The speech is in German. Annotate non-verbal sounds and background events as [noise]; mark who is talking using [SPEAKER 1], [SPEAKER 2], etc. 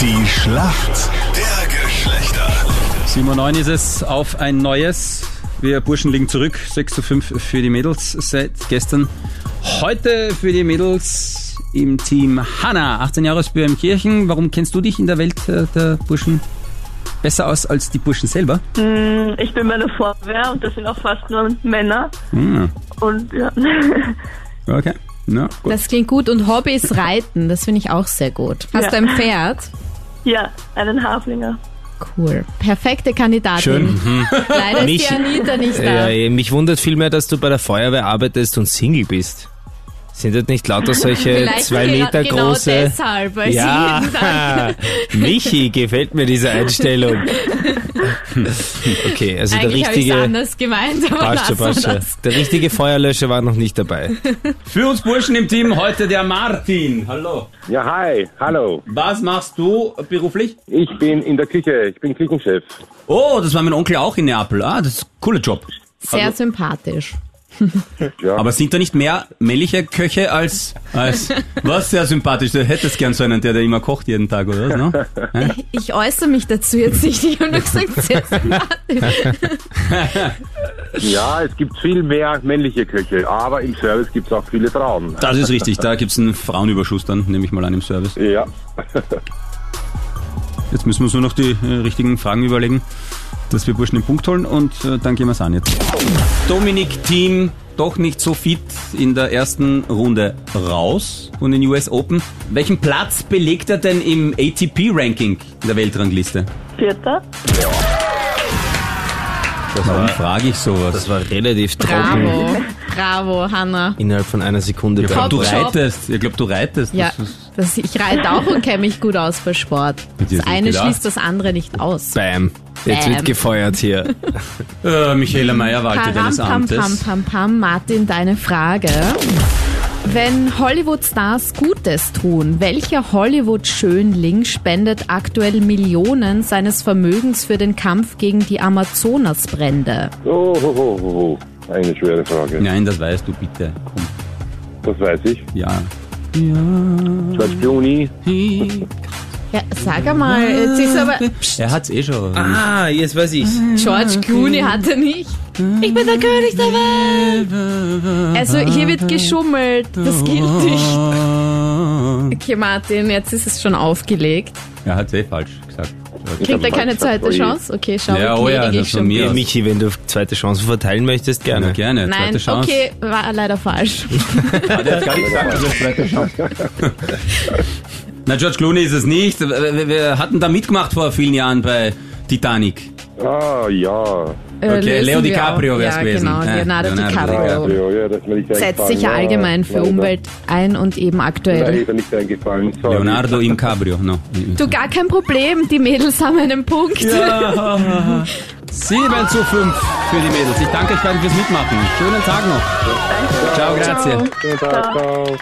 [SPEAKER 1] Die Schlacht der Geschlechter.
[SPEAKER 2] 7.09 ist es auf ein neues. Wir Burschen liegen zurück. 6 zu 5 für die Mädels seit gestern. Heute für die Mädels im Team Hanna, 18 Jahre aus Böhmkirchen. Warum kennst du dich in der Welt äh, der Burschen besser aus als die Burschen selber?
[SPEAKER 3] Mm, Ich bin bei der Feuerwehr und das sind auch fast nur Männer. Und ja.
[SPEAKER 2] Ah,
[SPEAKER 3] [laughs]
[SPEAKER 2] Okay. Na, gut.
[SPEAKER 4] Das klingt gut. Und Hobby ist Reiten. Das finde ich auch sehr gut. Hast
[SPEAKER 3] Ja.
[SPEAKER 4] du ein Pferd?
[SPEAKER 3] ja, einen Haflinger.
[SPEAKER 4] Cool. Perfekte Kandidatin.
[SPEAKER 5] Schön.
[SPEAKER 4] Leider [laughs] ist
[SPEAKER 5] Mich-
[SPEAKER 4] die Anita nicht da.
[SPEAKER 5] Äh, mich wundert vielmehr, dass du bei der Feuerwehr arbeitest und Single bist. Sind das nicht lauter solche
[SPEAKER 4] Vielleicht
[SPEAKER 5] zwei
[SPEAKER 4] gera-
[SPEAKER 5] Meter
[SPEAKER 4] genau
[SPEAKER 5] große...
[SPEAKER 4] deshalb, weil sie jeden Tag
[SPEAKER 5] ja, [laughs] Michi, gefällt mir diese Einstellung. Okay, also der
[SPEAKER 4] eigentlich habe ich es
[SPEAKER 5] richtige...
[SPEAKER 4] anders gemeint. aber
[SPEAKER 5] Passt
[SPEAKER 4] lassen
[SPEAKER 5] schon, passt
[SPEAKER 4] wir
[SPEAKER 5] schon. Der richtige Feuerlöscher war noch nicht dabei.
[SPEAKER 2] Für uns Burschen im Team heute der Martin. Hallo.
[SPEAKER 6] Ja, hi, hallo.
[SPEAKER 2] Was machst du beruflich?
[SPEAKER 6] Ich bin in der Küche, ich bin Küchenchef.
[SPEAKER 2] Oh, das war mein Onkel auch in Neapel. Ah, das ist ein cooler Job.
[SPEAKER 4] das. Sehr sympathisch.
[SPEAKER 2] Aber sind da nicht mehr männliche Köche als, als was sehr sympathisch. Du hättest gern so einen, der, der immer kocht jeden Tag, oder was? Ne?
[SPEAKER 4] Ich äußere mich dazu jetzt nicht. Ich habe nur gesagt, [laughs] sehr sympathisch.
[SPEAKER 6] Ja, es gibt viel mehr männliche Köche, aber im Service gibt es auch viele Frauen.
[SPEAKER 2] Das ist richtig, da gibt's einen Frauenüberschuss dann, nehme ich mal an im Service.
[SPEAKER 6] Ja,
[SPEAKER 2] Jetzt müssen wir uns nur noch die äh, richtigen Fragen überlegen, dass wir Burschen den Punkt holen und äh, dann gehen wir's an jetzt. Dominik Team doch nicht so fit in der ersten Runde raus von den US Open. Welchen Platz belegt er denn im ATP-Ranking in der Weltrangliste?
[SPEAKER 3] Vierter.
[SPEAKER 2] Warum frage ich sowas?
[SPEAKER 5] Das war relativ trocken.
[SPEAKER 4] Bravo. Bravo, Hanna.
[SPEAKER 5] Innerhalb von einer Sekunde.
[SPEAKER 2] Ich glaube, du
[SPEAKER 4] Top Job.
[SPEAKER 2] reitest. Ich glaube, du reitest.
[SPEAKER 4] Ja,
[SPEAKER 2] Das ist-
[SPEAKER 4] das, ich reite auch und kenne mich gut aus bei Sport.
[SPEAKER 2] dir
[SPEAKER 4] Das
[SPEAKER 2] ist nicht
[SPEAKER 4] eine
[SPEAKER 2] gedacht.
[SPEAKER 4] schließt das andere nicht aus.
[SPEAKER 5] Bam. Jetzt
[SPEAKER 4] Bam.
[SPEAKER 5] wird gefeuert hier.
[SPEAKER 2] Äh, Michaela Mayer walte
[SPEAKER 4] Param,
[SPEAKER 2] deines
[SPEAKER 4] pam, pam,
[SPEAKER 2] Amtes.
[SPEAKER 4] pam, pam, Martin, deine Frage. Wenn Hollywood-Stars Gutes tun, welcher Hollywood-Schönling spendet aktuell Millionen seines Vermögens für den Kampf gegen die Amazonasbrände?
[SPEAKER 6] oh, ho, ho, ho, ho. eine schwere Frage.
[SPEAKER 2] Nein, das weißt du bitte. Komm,
[SPEAKER 6] Das weiß ich.
[SPEAKER 2] ja.
[SPEAKER 6] George Clooney,
[SPEAKER 4] Ja, sag einmal, jetzt ist [laughs] aber...
[SPEAKER 2] Er hat's eh schon.
[SPEAKER 5] Ah, jetzt weiß ich's.
[SPEAKER 4] George Clooney hatte nicht. Ich bin der König der Welt. Also hier wird geschummelt. Das gilt nicht. Okay, Martin, jetzt ist es schon aufgelegt.
[SPEAKER 2] Ah. Er hat's eh falsch gesagt.
[SPEAKER 4] Kriegt er keine zweite Chance? Okay, schau,
[SPEAKER 2] Ja,
[SPEAKER 4] ja,
[SPEAKER 2] oh ja,
[SPEAKER 4] gnädig
[SPEAKER 2] das
[SPEAKER 4] ich
[SPEAKER 2] von
[SPEAKER 4] schon.
[SPEAKER 2] mir.
[SPEAKER 4] Mir.
[SPEAKER 2] Ja.
[SPEAKER 5] Michi, wenn du zweite Chancen verteilen möchtest, gerne.
[SPEAKER 2] Ja, gerne.
[SPEAKER 4] Nein,
[SPEAKER 2] Zweite Chance.
[SPEAKER 4] okay, war
[SPEAKER 2] [laughs]
[SPEAKER 4] leider falsch. Äh,
[SPEAKER 2] Der hat gar nicht gesagt, dass er zweite Chance. Na, George Clooney ist es nicht. Wir, wir- wir hatten da mitgemacht vor vielen Jahren bei Titanic.
[SPEAKER 6] Ah, ja.
[SPEAKER 4] Äh,
[SPEAKER 2] Okay,
[SPEAKER 4] lösen
[SPEAKER 2] Leo
[SPEAKER 4] wir
[SPEAKER 2] DiCaprio
[SPEAKER 4] auf.
[SPEAKER 2] wär's
[SPEAKER 4] ja,
[SPEAKER 2] gewesen.
[SPEAKER 4] Genau,
[SPEAKER 2] Ja,
[SPEAKER 4] Leonardo
[SPEAKER 2] Leonardo
[SPEAKER 6] Ah,
[SPEAKER 4] DiCaprio.
[SPEAKER 6] ja, ja, das mir nicht
[SPEAKER 4] Setzt sich ja
[SPEAKER 6] eingefallen.
[SPEAKER 4] allgemein für
[SPEAKER 6] leider.
[SPEAKER 4] Umwelt ein und eben
[SPEAKER 6] Leider
[SPEAKER 4] aktuell.
[SPEAKER 6] ist er nicht eingefallen. Sorry.
[SPEAKER 2] Leonardo im Cabrio. No.
[SPEAKER 4] Du, gar kein Problem, die Mädels haben einen Punkt.
[SPEAKER 2] 7 zu 5 für die Mädels. Ich danke euch beiden fürs Mitmachen. Schönen Tag noch. Ciao, grazie.
[SPEAKER 6] Guten Tag, ciao.